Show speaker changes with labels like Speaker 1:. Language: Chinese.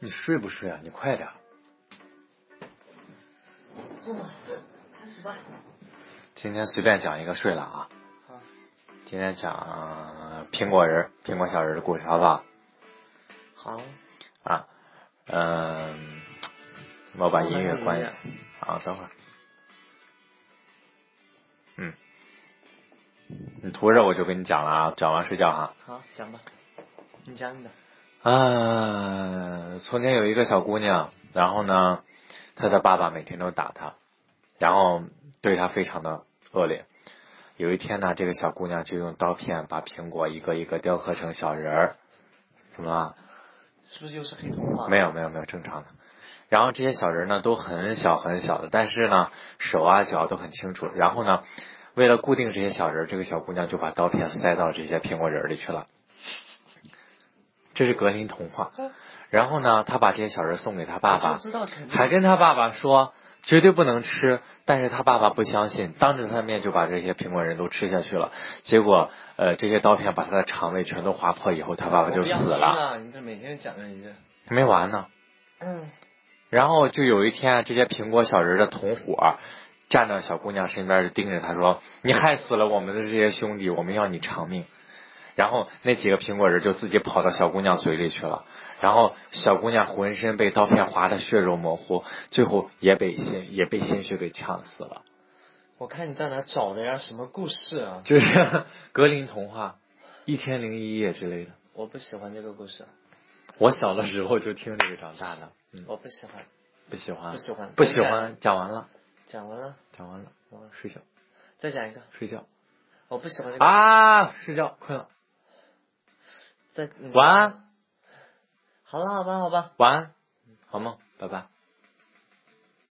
Speaker 1: 你睡不睡啊？你快点儿。
Speaker 2: 哦，开始吧。
Speaker 1: 今天随便讲一个睡了啊。
Speaker 2: 好，
Speaker 1: 今天讲呃苹果人儿、苹果小人儿的故事，好不好？
Speaker 2: 好，
Speaker 1: 啊，嗯，我把音乐关一下。啊，等会儿。嗯，你涂着我就跟你讲了啊，讲完睡觉哈。
Speaker 2: 好，讲吧。你讲你的。
Speaker 1: 啊，从前有一个小姑娘，然后呢，她的爸爸每天都打她，然后对她非常的恶劣。有一天呢，这个小姑娘就用刀片把苹果一个一个雕刻成小人儿，怎么了？
Speaker 2: 是不是又是黑童话？
Speaker 1: 没有没有没有，正常的。然后这些小人呢都很小很小的，但是呢手啊脚都很清楚。然后呢，为了固定这些小人，这个小姑娘就把刀片塞到这些苹果仁里去了。这是格林童话。然后呢，他把这些小人送给他爸
Speaker 2: 我
Speaker 1: 爸
Speaker 2: 啊就，知道肯定
Speaker 1: 还跟他爸爸说绝对不能吃，但是他爸爸不相信，当着他的面就把这些苹果仁都吃下去了。结果呃这些刀片把他的肠胃全都划破以后，他爸爸就死
Speaker 2: 我不要听
Speaker 1: 了。
Speaker 2: 了。你这每天讲这一个。
Speaker 1: 没完呢。
Speaker 2: 嗯，
Speaker 1: 然后就有一天，啊这些苹果小人的同伙啊站到小姑娘身边，就盯着她说：“你害死了我们的这些兄弟，我们要你偿命。”然后那几个苹果人就自己跑到小姑娘嘴里去了，然后小姑娘浑身被刀片划得血肉模糊，最后也被鲜也被鲜血给呛死了。
Speaker 2: 我看你到哪找的呀？什么故事啊？
Speaker 1: 就是格林童话《一千零一夜》之类的。
Speaker 2: 我不喜欢这个故事，
Speaker 1: 我小的时候就听这个长大的，嗯，
Speaker 2: 我不喜欢。
Speaker 1: 不喜欢，
Speaker 2: 不喜欢
Speaker 1: 啊不喜欢，讲完了，
Speaker 2: 讲完了，
Speaker 1: 讲完了，睡觉，
Speaker 2: 再讲一个。
Speaker 1: 睡觉。
Speaker 2: 我不喜欢这个。
Speaker 1: 啊，睡觉，困了，
Speaker 2: 再嗯
Speaker 1: 晚安，
Speaker 2: 嗯好了，好吧，好吧。
Speaker 1: 晚安，好梦，拜拜。